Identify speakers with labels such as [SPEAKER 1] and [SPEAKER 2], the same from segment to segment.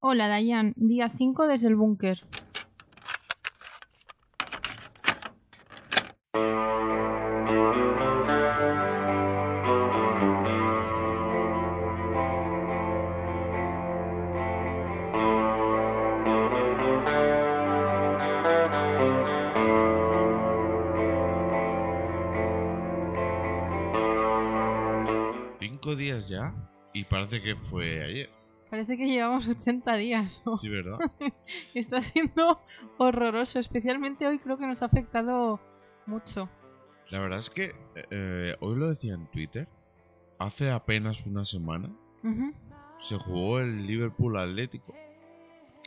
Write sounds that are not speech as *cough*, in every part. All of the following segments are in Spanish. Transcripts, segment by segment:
[SPEAKER 1] Hola, Dayan. Día 5 desde el búnker.
[SPEAKER 2] Cinco días ya y parece que fue ayer.
[SPEAKER 1] Parece que llevamos 80 días. *laughs* ¿no?
[SPEAKER 2] Sí, ¿verdad?
[SPEAKER 1] Está siendo horroroso. Especialmente hoy creo que nos ha afectado mucho.
[SPEAKER 2] La verdad es que eh, hoy lo decía en Twitter. Hace apenas una semana
[SPEAKER 1] Ujú.
[SPEAKER 2] se jugó el Liverpool Atlético.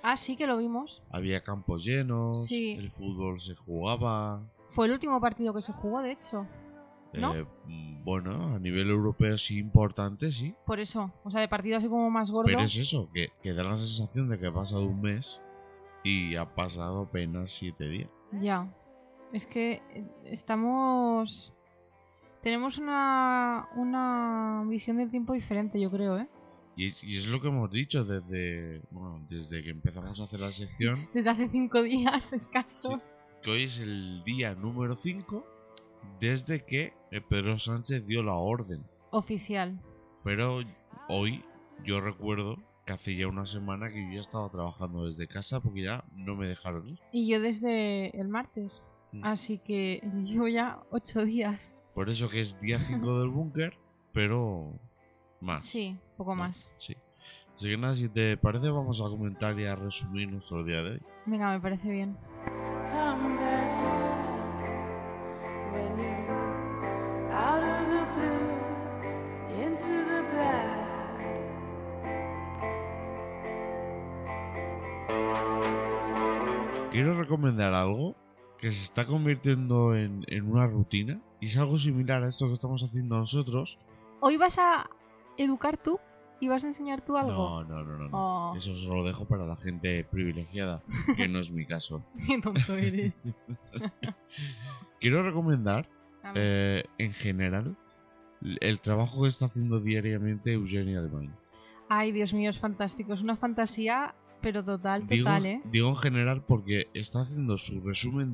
[SPEAKER 1] Ah, sí que lo vimos.
[SPEAKER 2] Había campos llenos,
[SPEAKER 1] Sí.
[SPEAKER 2] el fútbol se jugaba.
[SPEAKER 1] Fue el último partido que se jugó, de hecho. ¿No?
[SPEAKER 2] eh, mm, bueno, a nivel europeo sí importante, sí.
[SPEAKER 1] Por eso. O sea, de partido así como más gordo.
[SPEAKER 2] Pero es eso, que, que da la sensación de que ha pasado un mes y ha pasado apenas siete días.
[SPEAKER 1] Ya. Es que eh, estamos. Tenemos una, una visión del tiempo diferente, yo creo, ¿eh?
[SPEAKER 2] Y es, y es lo que hemos dicho desde, bueno, desde que empezamos a hacer la sección.
[SPEAKER 1] Desde hace cinco *laughs* días escasos.
[SPEAKER 2] que hoy es el día número 5 desde que eh, Pedro Sánchez dio la orden.
[SPEAKER 1] Oficial.
[SPEAKER 2] Pero hoy yo recuerdo que hace ya una semana que yo ya estaba trabajando desde casa porque ya no me dejaron ir.
[SPEAKER 1] Y yo desde el martes.
[SPEAKER 2] Mm.
[SPEAKER 1] Así que llevo ya ocho días.
[SPEAKER 2] Por eso que es día
[SPEAKER 1] *laughs*
[SPEAKER 2] 5 del búnker, pero más.
[SPEAKER 1] Sí, poco
[SPEAKER 2] ¿no?
[SPEAKER 1] más.
[SPEAKER 2] Sí. Así que nada, si te parece vamos a comentar y a resumir nuestro día de hoy.
[SPEAKER 1] Venga, me parece bien.
[SPEAKER 3] Come back when you're out of the blue into the black.
[SPEAKER 2] Quiero recomendar algo que se está convirtiendo en, en una rutina y es algo similar a esto que estamos haciendo nosotros,
[SPEAKER 1] Hoy vas a educar tú y vas a enseñar tú algo.
[SPEAKER 2] No, no, no, no. no.
[SPEAKER 1] Oh,
[SPEAKER 2] Eso se lo dejo para la gente privilegiada, que no es mi
[SPEAKER 1] *laughs*
[SPEAKER 2] caso.
[SPEAKER 1] *laughs* qué tonto
[SPEAKER 2] *laughs*
[SPEAKER 1] eres.
[SPEAKER 2] Quiero recomendar,
[SPEAKER 1] A ver,
[SPEAKER 2] eh, en general, el trabajo que está haciendo diariamente Eugenia Alemán.
[SPEAKER 1] Ay, Dios mío, es fantástico. Es una fantasía, pero total,
[SPEAKER 2] Digo,
[SPEAKER 1] total, ¿eh?
[SPEAKER 2] digo en general porque está haciendo su resumen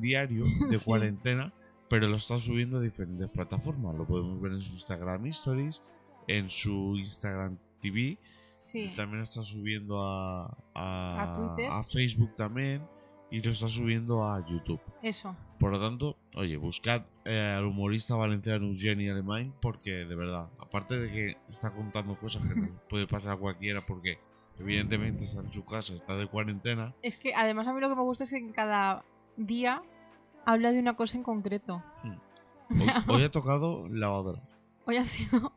[SPEAKER 1] *laughs*
[SPEAKER 2] diario de
[SPEAKER 1] Sí.
[SPEAKER 2] cuarentena, pero lo está subiendo a diferentes plataformas. Lo podemos ver en su Instagram Stories, en su Instagram TV,
[SPEAKER 1] Sí.
[SPEAKER 2] También lo está subiendo a, a,
[SPEAKER 1] A Twitter.
[SPEAKER 2] a Facebook también y lo está subiendo a YouTube.
[SPEAKER 1] Eso.
[SPEAKER 2] Por lo tanto, oye, buscad eh, al humorista valenciano Eugeni Alemán porque de verdad, aparte de que está contando cosas que
[SPEAKER 1] *laughs*
[SPEAKER 2] nos puede pasar a cualquiera porque evidentemente está en su casa, está de cuarentena,
[SPEAKER 1] Es que además a mí lo que me gusta es que en cada día habla de una cosa en concreto. *laughs*
[SPEAKER 2] hoy, hoy ha tocado lavadora. O
[SPEAKER 1] Hoy ha sido.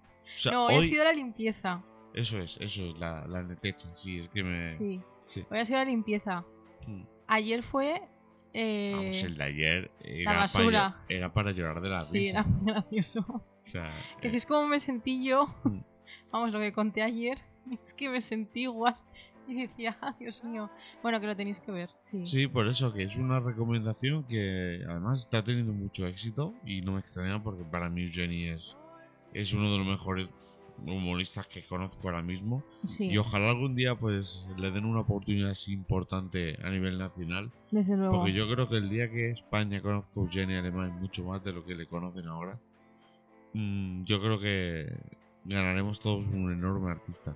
[SPEAKER 1] *laughs*
[SPEAKER 2] sea,
[SPEAKER 1] no, hoy,
[SPEAKER 2] hoy,
[SPEAKER 1] ha sido la limpieza.
[SPEAKER 2] eso es, eso es, la, la netecha, sí, es que me...
[SPEAKER 1] Sí.
[SPEAKER 2] Eh, sí.
[SPEAKER 1] Hoy ha sido la limpieza.
[SPEAKER 2] Mm.
[SPEAKER 1] Ayer fue. eh,
[SPEAKER 2] Vamos, el de ayer era,
[SPEAKER 1] basura.
[SPEAKER 2] Para, llo- era para llorar de la risa.
[SPEAKER 1] sí, era muy *laughs* gracioso.
[SPEAKER 2] O sea,
[SPEAKER 1] *laughs* Que
[SPEAKER 2] eh,
[SPEAKER 1] si es como me sentí yo.
[SPEAKER 2] Mm.
[SPEAKER 1] *laughs* Vamos, lo que conté ayer. *laughs* Es que me sentí igual. Y decía, "Ah, Dios mío. Bueno, que lo tenéis que ver. Sí.
[SPEAKER 2] Sí, por eso, que es una recomendación que además está teniendo mucho éxito y no me extraña porque para mí Eugeni es, es uno de los mejores humoristas que conozco ahora mismo
[SPEAKER 1] Sí,
[SPEAKER 2] y ojalá algún día pues le den una oportunidad así importante a nivel nacional
[SPEAKER 1] desde luego.
[SPEAKER 2] porque yo creo que el día que España conozca a Eugeni Alemán mucho más de lo que le conocen ahora mm, yo creo que ganaremos todos un enorme artista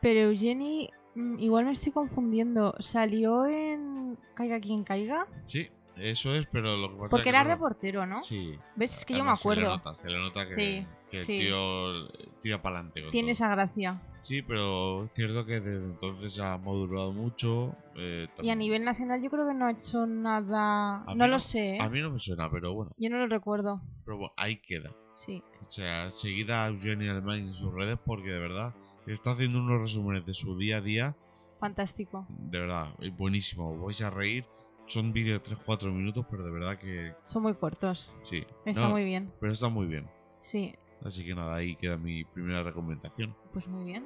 [SPEAKER 1] Pero Eugeni, mm, igual me estoy confundiendo. ¿Salió en Caiga quien caiga?
[SPEAKER 2] sí eso es pero lo que pasa es
[SPEAKER 1] Porque
[SPEAKER 2] que
[SPEAKER 1] era
[SPEAKER 2] no lo-
[SPEAKER 1] reportero, ¿no?
[SPEAKER 2] sí
[SPEAKER 1] ¿Ves? Es que yo me
[SPEAKER 2] Además, Ah, Se le
[SPEAKER 1] acuerdo.
[SPEAKER 2] nota, se le nota que,
[SPEAKER 1] Sí,
[SPEAKER 2] que el
[SPEAKER 1] sí.
[SPEAKER 2] tío eh, tira para adelante.
[SPEAKER 1] Tiene esa gracia.
[SPEAKER 2] Sí, pero es cierto que desde entonces ha modulado mucho. eh,
[SPEAKER 1] Y a
[SPEAKER 2] también-
[SPEAKER 1] nivel nacional yo creo que no ha hecho nada...
[SPEAKER 2] A mí
[SPEAKER 1] No
[SPEAKER 2] no-
[SPEAKER 1] lo sé, ¿eh?
[SPEAKER 2] A mí no me suena, pero bueno,
[SPEAKER 1] Yo no lo recuerdo.
[SPEAKER 2] pero bueno, ahí queda.
[SPEAKER 1] Sí.
[SPEAKER 2] O sea, seguir a Eugenia Alemán en sus redes porque de verdad está haciendo unos resúmenes de su día a día.
[SPEAKER 1] Fantástico.
[SPEAKER 2] De verdad, eh, buenísimo. Vais a reír. Son vídeos de 3-4 minutos, pero de verdad que
[SPEAKER 1] Son muy cortos.
[SPEAKER 2] sí.
[SPEAKER 1] Está
[SPEAKER 2] No,
[SPEAKER 1] muy bien.
[SPEAKER 2] Pero está muy bien.
[SPEAKER 1] Sí.
[SPEAKER 2] Así que nada, ahí queda mi primera recomendación.
[SPEAKER 1] Pues muy bien.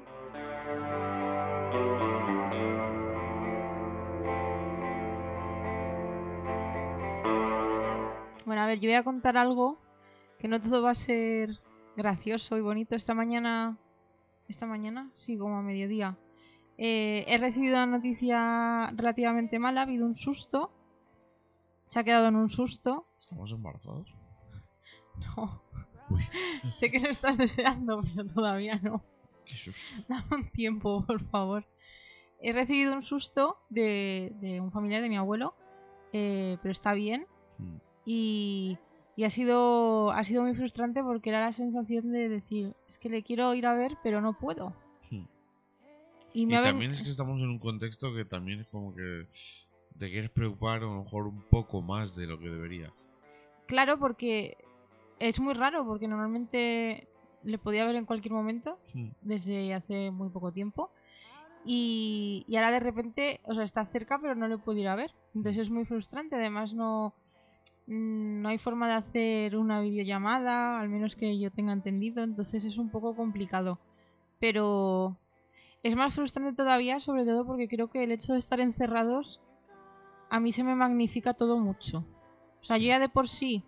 [SPEAKER 1] Bueno, a ver, yo voy a contar algo que no todo va a ser gracioso y bonito. Esta mañana, esta mañana, sí, como a mediodía, Eh, he recibido una noticia relativamente mala, ha habido un susto. Se ha quedado en un susto. *laughs*
[SPEAKER 2] ¿Estamos embarazados?
[SPEAKER 1] No.
[SPEAKER 2] Uy.
[SPEAKER 1] sé que lo estás deseando, pero todavía no.
[SPEAKER 2] Qué susto.
[SPEAKER 1] Dame un tiempo, *laughs* por favor. He recibido un susto de, de un familiar de mi abuelo, eh, pero está bien.
[SPEAKER 2] Mm.
[SPEAKER 1] Y, y ha, sido, ha sido muy frustrante porque era la sensación de decir, es que le quiero ir a ver, pero no puedo.
[SPEAKER 2] Hmm.
[SPEAKER 1] Y
[SPEAKER 2] Y,
[SPEAKER 1] me ha ven-
[SPEAKER 2] también es que estamos en un contexto que también es como que te quieres preocupar a lo mejor un poco más de lo que debería.
[SPEAKER 1] Claro, porque es muy raro, porque normalmente le podía ver en cualquier momento,
[SPEAKER 2] Mm.
[SPEAKER 1] desde hace muy poco tiempo. Y, y ahora de repente, o sea, está cerca, pero no le puedo ir a ver. Entonces es muy frustrante. Además, no, mm, no hay forma de hacer una videollamada, al menos que yo tenga entendido. Entonces es un poco complicado. Pero es más frustrante todavía, sobre todo porque creo que el hecho de estar encerrados a mí se me magnifica todo mucho. O sea, yo ya de por sí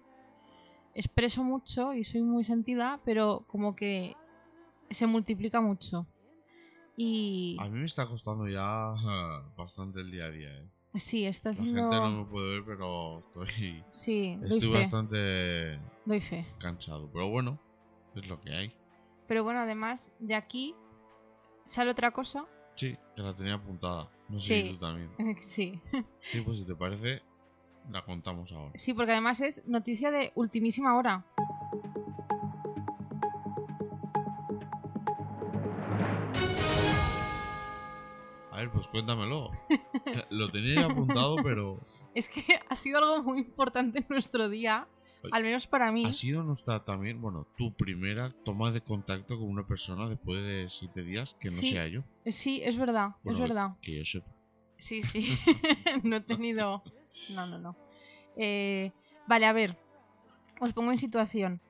[SPEAKER 1] expreso mucho y soy muy sentida, pero como que se multiplica mucho. Y
[SPEAKER 2] A mí me está costando ya *laughs* ah, bastante el día a día. ¿eh?
[SPEAKER 1] sí, está
[SPEAKER 2] La gente no
[SPEAKER 1] siendo...
[SPEAKER 2] me puede ver, pero estoy, *laughs*
[SPEAKER 1] Sí, doy
[SPEAKER 2] estoy
[SPEAKER 1] fe,
[SPEAKER 2] bastante
[SPEAKER 1] doy fe.
[SPEAKER 2] cansado. Pero bueno, es lo que hay.
[SPEAKER 1] Pero bueno, además, de aquí sale otra cosa. *laughs*
[SPEAKER 2] Sí, que la tenía apuntada. No sé
[SPEAKER 1] Sí.
[SPEAKER 2] si tú también.
[SPEAKER 1] Sí.
[SPEAKER 2] Sí, pues si te parece, la contamos ahora.
[SPEAKER 1] Sí, porque además es noticia de ultimísima hora.
[SPEAKER 2] A ver, pues *laughs* cuéntamelo. Lo tenía ya apuntado, pero
[SPEAKER 1] Es que *laughs* ha sido algo muy importante en nuestro día,
[SPEAKER 2] Ay. ¿Ah,
[SPEAKER 1] al menos para mí.
[SPEAKER 2] ha sido nuestra también, bueno, tu primera toma de contacto con una persona después de siete días que no
[SPEAKER 1] Sí.
[SPEAKER 2] sea yo.
[SPEAKER 1] Sí, es verdad,
[SPEAKER 2] Bueno,
[SPEAKER 1] es verdad.
[SPEAKER 2] Que yo sepa.
[SPEAKER 1] Sí,
[SPEAKER 2] *laughs*
[SPEAKER 1] sí. *laughs* no he tenido. No, no, no. Eh, vale, a ver. Os pongo en situación.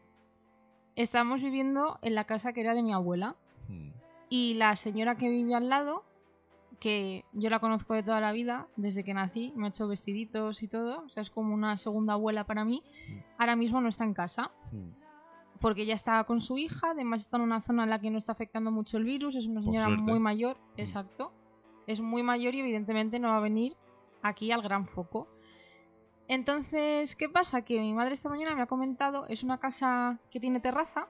[SPEAKER 1] Estábamos viviendo en la casa que era de mi abuela.
[SPEAKER 2] Hmm.
[SPEAKER 1] Y la señora que vive al lado, que yo la conozco de toda la vida, desde que nací, me ha hecho vestiditos y todo. O sea, es como una segunda abuela para mí. Ahora mismo no está en casa
[SPEAKER 2] Hmm.
[SPEAKER 1] porque ya está con su hija, además está en una zona en la que no está afectando mucho el virus, es una
[SPEAKER 2] Por
[SPEAKER 1] señora
[SPEAKER 2] suerte. Mm.
[SPEAKER 1] muy mayor, exacto, es muy mayor y evidentemente no va a venir aquí al gran foco. Entonces, ¿qué pasa? Que mi madre esta mañana me ha comentado, es una casa que tiene terraza,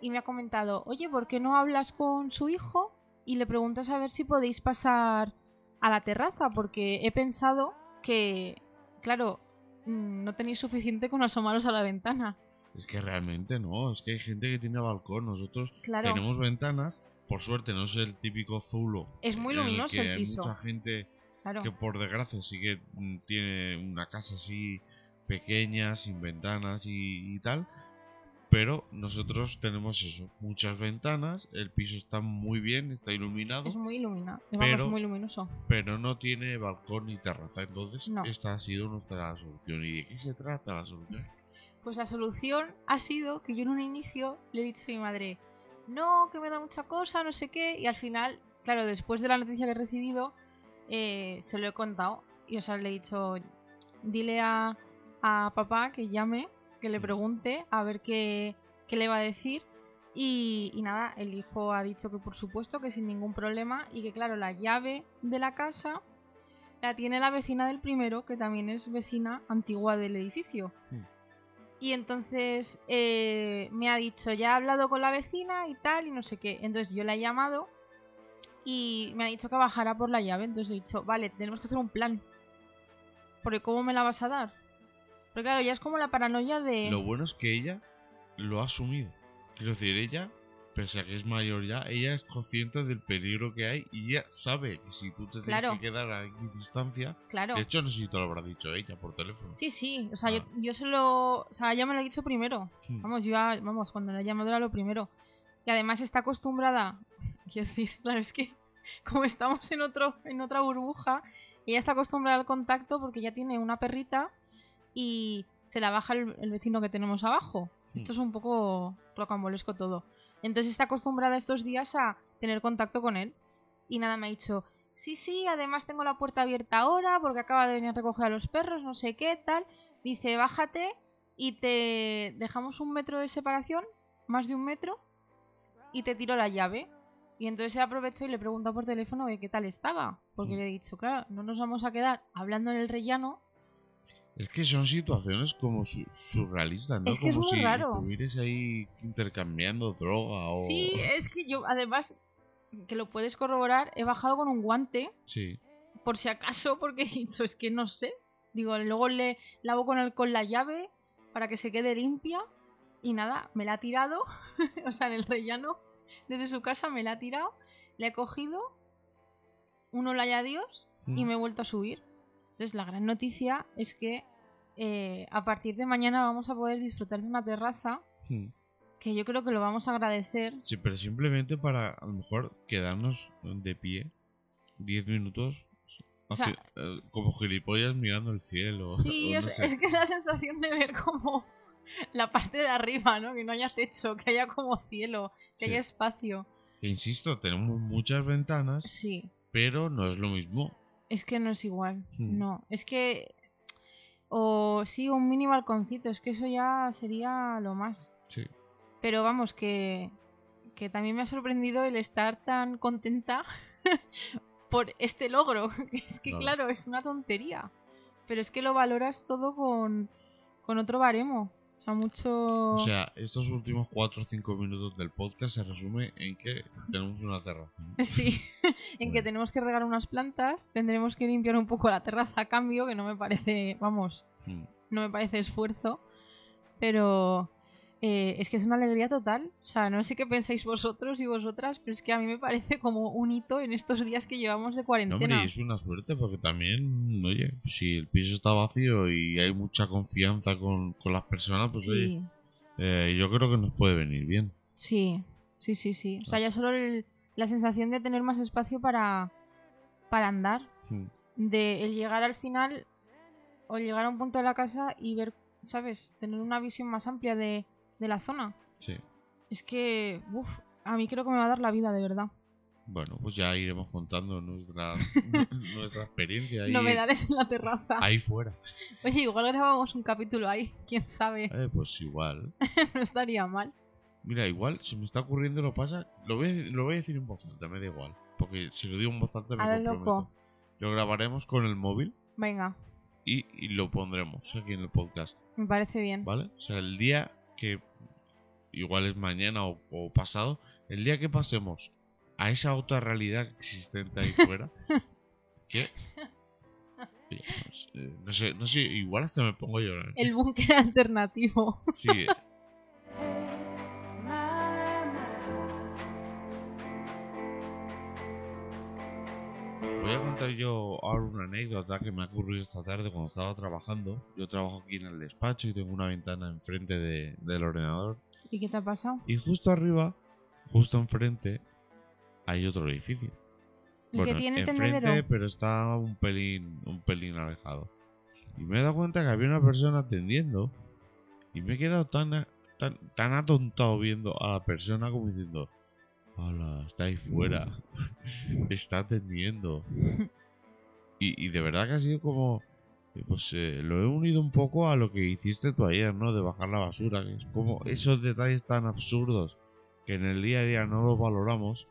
[SPEAKER 1] y me ha comentado, oye, ¿por qué no hablas con su hijo y le preguntas a ver si podéis pasar a la terraza? Porque he pensado que, claro, mm, no tenéis suficiente con asomaros a la ventana.
[SPEAKER 2] Es que realmente no, es que hay gente que tiene balcón. Nosotros
[SPEAKER 1] Claro.
[SPEAKER 2] tenemos ventanas, por suerte no es el típico zulo.
[SPEAKER 1] Es muy
[SPEAKER 2] en el
[SPEAKER 1] luminoso
[SPEAKER 2] que
[SPEAKER 1] el
[SPEAKER 2] hay
[SPEAKER 1] piso.
[SPEAKER 2] mucha gente
[SPEAKER 1] Claro.
[SPEAKER 2] que por desgracia sí que mm, tiene una casa así pequeña, sin ventanas y, y tal. Pero nosotros tenemos eso, muchas ventanas, el piso está muy bien, está iluminado,
[SPEAKER 1] Es muy iluminado. Vamos,
[SPEAKER 2] Pero-
[SPEAKER 1] muy luminoso.
[SPEAKER 2] pero no tiene balcón ni terraza. Entonces,
[SPEAKER 1] No.
[SPEAKER 2] esta ha sido nuestra solución. ¿Y de qué se trata la solución?
[SPEAKER 1] Pues la solución ha sido que yo en un inicio le he dicho a mi madre, no, que me da mucha cosa, no sé qué, y al final, claro, después de la noticia que he recibido, eh, se lo he contado. Y o sea, le he dicho, dile a, a papá que llame, que le pregunte, a ver qué, qué le va a decir. Y, y nada, el hijo ha dicho que por supuesto, que sin ningún problema, y que claro, la llave de la casa la tiene la vecina del primero, que también es vecina antigua del edificio. Y entonces eh, me ha dicho, ya he hablado con la vecina y tal, y no sé qué. Entonces yo la he llamado y me ha dicho que bajara por la llave. Entonces he dicho, vale, tenemos que hacer un plan. Porque ¿cómo me la vas a dar? Pero claro, ya es como la paranoia de...
[SPEAKER 2] Lo bueno es que ella lo ha asumido. Quiero decir, ella, pese a que es mayor ya, ella es consciente del peligro que hay y ella sabe que si tú te tienes
[SPEAKER 1] Claro.
[SPEAKER 2] que quedar a X distancia.
[SPEAKER 1] Claro.
[SPEAKER 2] De hecho, no sé si te lo habrá dicho ella por teléfono.
[SPEAKER 1] Sí, sí. O sea,
[SPEAKER 2] Ah.
[SPEAKER 1] yo, yo se lo... O sea, ya me lo he dicho primero.
[SPEAKER 2] Hmm.
[SPEAKER 1] Vamos, yo, a- vamos, cuando la he llamado era lo primero. Y además está acostumbrada, *laughs* quiero decir, claro, es que como estamos en, otro, en otra burbuja, ella está acostumbrada al contacto porque ya tiene una perrita y se la baja el, el vecino que tenemos abajo.
[SPEAKER 2] Mm.
[SPEAKER 1] Esto es un poco rocambolesco todo. Entonces está acostumbrada estos días a tener contacto con él. Y nada, me ha dicho, sí, sí, además tengo la puerta abierta ahora porque acaba de venir a recoger a los perros, no sé qué, tal. Dice, bájate y te dejamos un metro de separación, más de un metro, y te tiro la llave. Y entonces he aprovechado y le he preguntado por teléfono que qué tal estaba. Porque
[SPEAKER 2] Mm.
[SPEAKER 1] le he dicho, claro, no nos vamos a quedar hablando en el rellano.
[SPEAKER 2] Es que son situaciones como su- surrealistas, ¿no?
[SPEAKER 1] Es que es
[SPEAKER 2] como
[SPEAKER 1] muy
[SPEAKER 2] si
[SPEAKER 1] raro.
[SPEAKER 2] estuvieras ahí intercambiando droga o...
[SPEAKER 1] Sí, eh. es que yo, además, que lo puedes corroborar, he bajado con un guante,
[SPEAKER 2] Sí.
[SPEAKER 1] por si acaso, porque *laughs* he dicho, es que no sé. Digo, luego le lavo con alcohol la llave para que se quede limpia. Y nada, me la ha tirado, *laughs* o sea, en el rellano, desde su casa me la ha tirado, la he cogido, un hola y adiós, y me he vuelto a subir. Entonces, la gran noticia es que eh, a partir de mañana vamos a poder disfrutar de una terraza
[SPEAKER 2] Mm.
[SPEAKER 1] que yo creo que lo vamos a agradecer.
[SPEAKER 2] Sí, pero simplemente para a lo mejor quedarnos de pie 10 minutos
[SPEAKER 1] sea-
[SPEAKER 2] haci- eh, como gilipollas mirando el cielo. *laughs*
[SPEAKER 1] Sí,
[SPEAKER 2] o
[SPEAKER 1] es,
[SPEAKER 2] no sé.
[SPEAKER 1] es que esa sensación de ver como la parte de arriba, ¿no? Que no haya techo, que haya como cielo, que
[SPEAKER 2] Sí.
[SPEAKER 1] haya espacio.
[SPEAKER 2] Que insisto, tenemos muchas ventanas,
[SPEAKER 1] Sí,
[SPEAKER 2] pero no es lo mismo.
[SPEAKER 1] es que no es igual.
[SPEAKER 2] Hmm.
[SPEAKER 1] No, es que... O sí, un mini balconcito, es que eso ya sería lo más.
[SPEAKER 2] Sí.
[SPEAKER 1] Pero vamos, que, que también me ha sorprendido el estar tan contenta *laughs* por este logro. *laughs* Es que,
[SPEAKER 2] Claro.
[SPEAKER 1] claro, es una tontería. Pero es que lo valoras todo con, con otro baremo. O sea, mucho.
[SPEAKER 2] O sea, estos últimos 4 o 5 minutos del podcast se resume en que tenemos una terraza.
[SPEAKER 1] *laughs* Sí, en que
[SPEAKER 2] Bueno.
[SPEAKER 1] tenemos que regar unas plantas, tendremos que limpiar un poco la terraza a cambio, que no me parece, vamos,
[SPEAKER 2] Mm.
[SPEAKER 1] no me parece esfuerzo, pero eh, es que es una alegría total. O sea, no sé qué pensáis vosotros y vosotras, pero es que a mí me parece como un hito en estos días que llevamos de
[SPEAKER 2] No, hombre,
[SPEAKER 1] cuarentena.
[SPEAKER 2] y es una suerte porque también, oye, si el piso está vacío y hay mucha confianza con, con las personas, pues oye,
[SPEAKER 1] sí,
[SPEAKER 2] eh, yo creo que nos puede venir bien.
[SPEAKER 1] sí, sí, sí, sí.
[SPEAKER 2] Ah.
[SPEAKER 1] O sea, ya solo el- la sensación de tener más espacio para, para andar,
[SPEAKER 2] Mm.
[SPEAKER 1] de el llegar al final o llegar a un punto de la casa y ver, ¿sabes? Tener una visión más amplia de, de la zona.
[SPEAKER 2] Sí.
[SPEAKER 1] Es que, uff, a mí creo que me va a dar la vida, de verdad.
[SPEAKER 2] Bueno, pues ya iremos contando nuestra, nuestra experiencia ahí,
[SPEAKER 1] Novedades en la terraza.
[SPEAKER 2] ahí fuera.
[SPEAKER 1] *laughs* Oye, igual grabamos un capítulo ahí, quién sabe, *laughs*
[SPEAKER 2] Eh, pues igual.
[SPEAKER 1] no estaría mal.
[SPEAKER 2] Mira, igual, si me está ocurriendo lo pasa, lo voy a, lo voy a decir en voz alta, me da igual. Porque si lo digo en voz alta me
[SPEAKER 1] A lo
[SPEAKER 2] comprometo.
[SPEAKER 1] loco.
[SPEAKER 2] Lo grabaremos con el móvil
[SPEAKER 1] Venga,
[SPEAKER 2] y, y lo pondremos aquí en el podcast,
[SPEAKER 1] me parece bien.
[SPEAKER 2] ¿vale? O sea, el día que, igual es mañana o, o pasado, el día que pasemos a esa otra realidad existente ahí fuera, que... Oye, pues, eh, No sé, no sé, igual hasta me pongo a llorar.
[SPEAKER 1] El búnker *laughs* alternativo.
[SPEAKER 2] Sí, eh,
[SPEAKER 3] My, my.
[SPEAKER 2] Voy a contar yo ahora una anécdota que me ha ocurrido esta tarde cuando estaba trabajando. Yo trabajo aquí en el despacho y tengo una ventana enfrente de- del ordenador.
[SPEAKER 1] ¿Y qué te ha pasado? *laughs*
[SPEAKER 2] Y justo arriba, justo enfrente, hay otro edificio.
[SPEAKER 1] ¿Y que tiene este
[SPEAKER 2] enfrente,
[SPEAKER 1] tendedero?
[SPEAKER 2] pero está un pelín, un pelín alejado. Y me he dado cuenta que había una persona atendiendo y me he quedado tan, a- tan, tan atontado viendo a la persona como diciendo, hola, está ahí fuera,
[SPEAKER 1] Mm.
[SPEAKER 2] *laughs* está atendiendo. Y, y de verdad que ha sido como, eh, pues eh, lo he unido un poco a lo que hiciste tú ayer, ¿no? De bajar la basura, que es como esos detalles tan absurdos que en el día a día no los valoramos.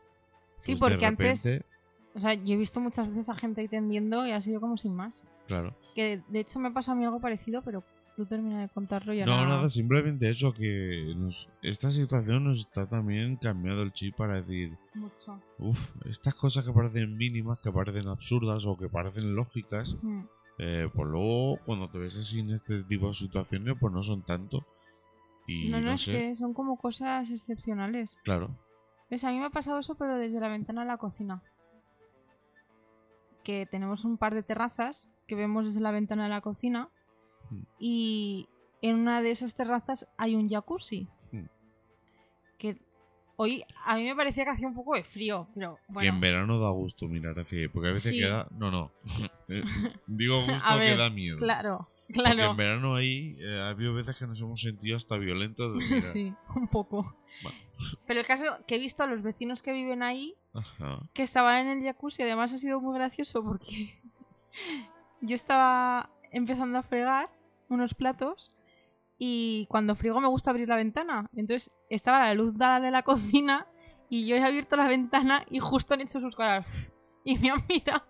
[SPEAKER 1] Sí,
[SPEAKER 2] pues de
[SPEAKER 1] porque antes,
[SPEAKER 2] repente-
[SPEAKER 1] o sea, yo he visto muchas veces a gente ahí tendiendo y ha sido como sin más.
[SPEAKER 2] Claro.
[SPEAKER 1] Que de hecho me pasa a mí algo parecido, pero tú termina de contarlo y ahora...
[SPEAKER 2] No, nada, simplemente eso, que nos- esta situación nos está también cambiando el chip para decir,
[SPEAKER 1] Mucho.
[SPEAKER 2] uff, estas cosas que parecen mínimas, que parecen absurdas o que parecen lógicas,
[SPEAKER 1] Mm.
[SPEAKER 2] eh, pues luego cuando te ves así en este tipo de situaciones, pues no son tanto. Y
[SPEAKER 1] no,
[SPEAKER 2] no,
[SPEAKER 1] no, es
[SPEAKER 2] sé,
[SPEAKER 1] que son como cosas excepcionales.
[SPEAKER 2] claro.
[SPEAKER 1] ¿Ves? A mí me ha pasado eso, pero desde la ventana de la cocina. Que tenemos un par de terrazas que vemos desde la ventana de la cocina.
[SPEAKER 2] Mm.
[SPEAKER 1] Y en una de esas terrazas hay un jacuzzi.
[SPEAKER 2] Mm.
[SPEAKER 1] Que hoy a mí me parecía que hacía un poco de frío, pero
[SPEAKER 2] Y
[SPEAKER 1] bueno.
[SPEAKER 2] en verano da gusto mirar hacia ahí, porque a veces
[SPEAKER 1] Sí.
[SPEAKER 2] queda...
[SPEAKER 1] *laughs*
[SPEAKER 2] No, no. Eh, Digo gusto
[SPEAKER 1] A
[SPEAKER 2] que
[SPEAKER 1] ver,
[SPEAKER 2] da miedo.
[SPEAKER 1] Claro,
[SPEAKER 2] Porque
[SPEAKER 1] claro. *laughs*
[SPEAKER 2] en verano ahí eh, ha habido veces que nos hemos sentido hasta violentos de
[SPEAKER 1] *laughs*
[SPEAKER 2] mirar.
[SPEAKER 1] sí, un poco.
[SPEAKER 2] Bueno.
[SPEAKER 1] Pero el caso que he visto a los vecinos que viven ahí
[SPEAKER 2] Ajá.
[SPEAKER 1] que estaba en el jacuzzi. Además ha sido muy gracioso porque *laughs* yo estaba empezando a fregar unos platos y cuando friego me gusta abrir la ventana. Entonces estaba la luz dada de la cocina y yo he abierto la ventana y justo han hecho sus caras. *laughs* Y me han mirado.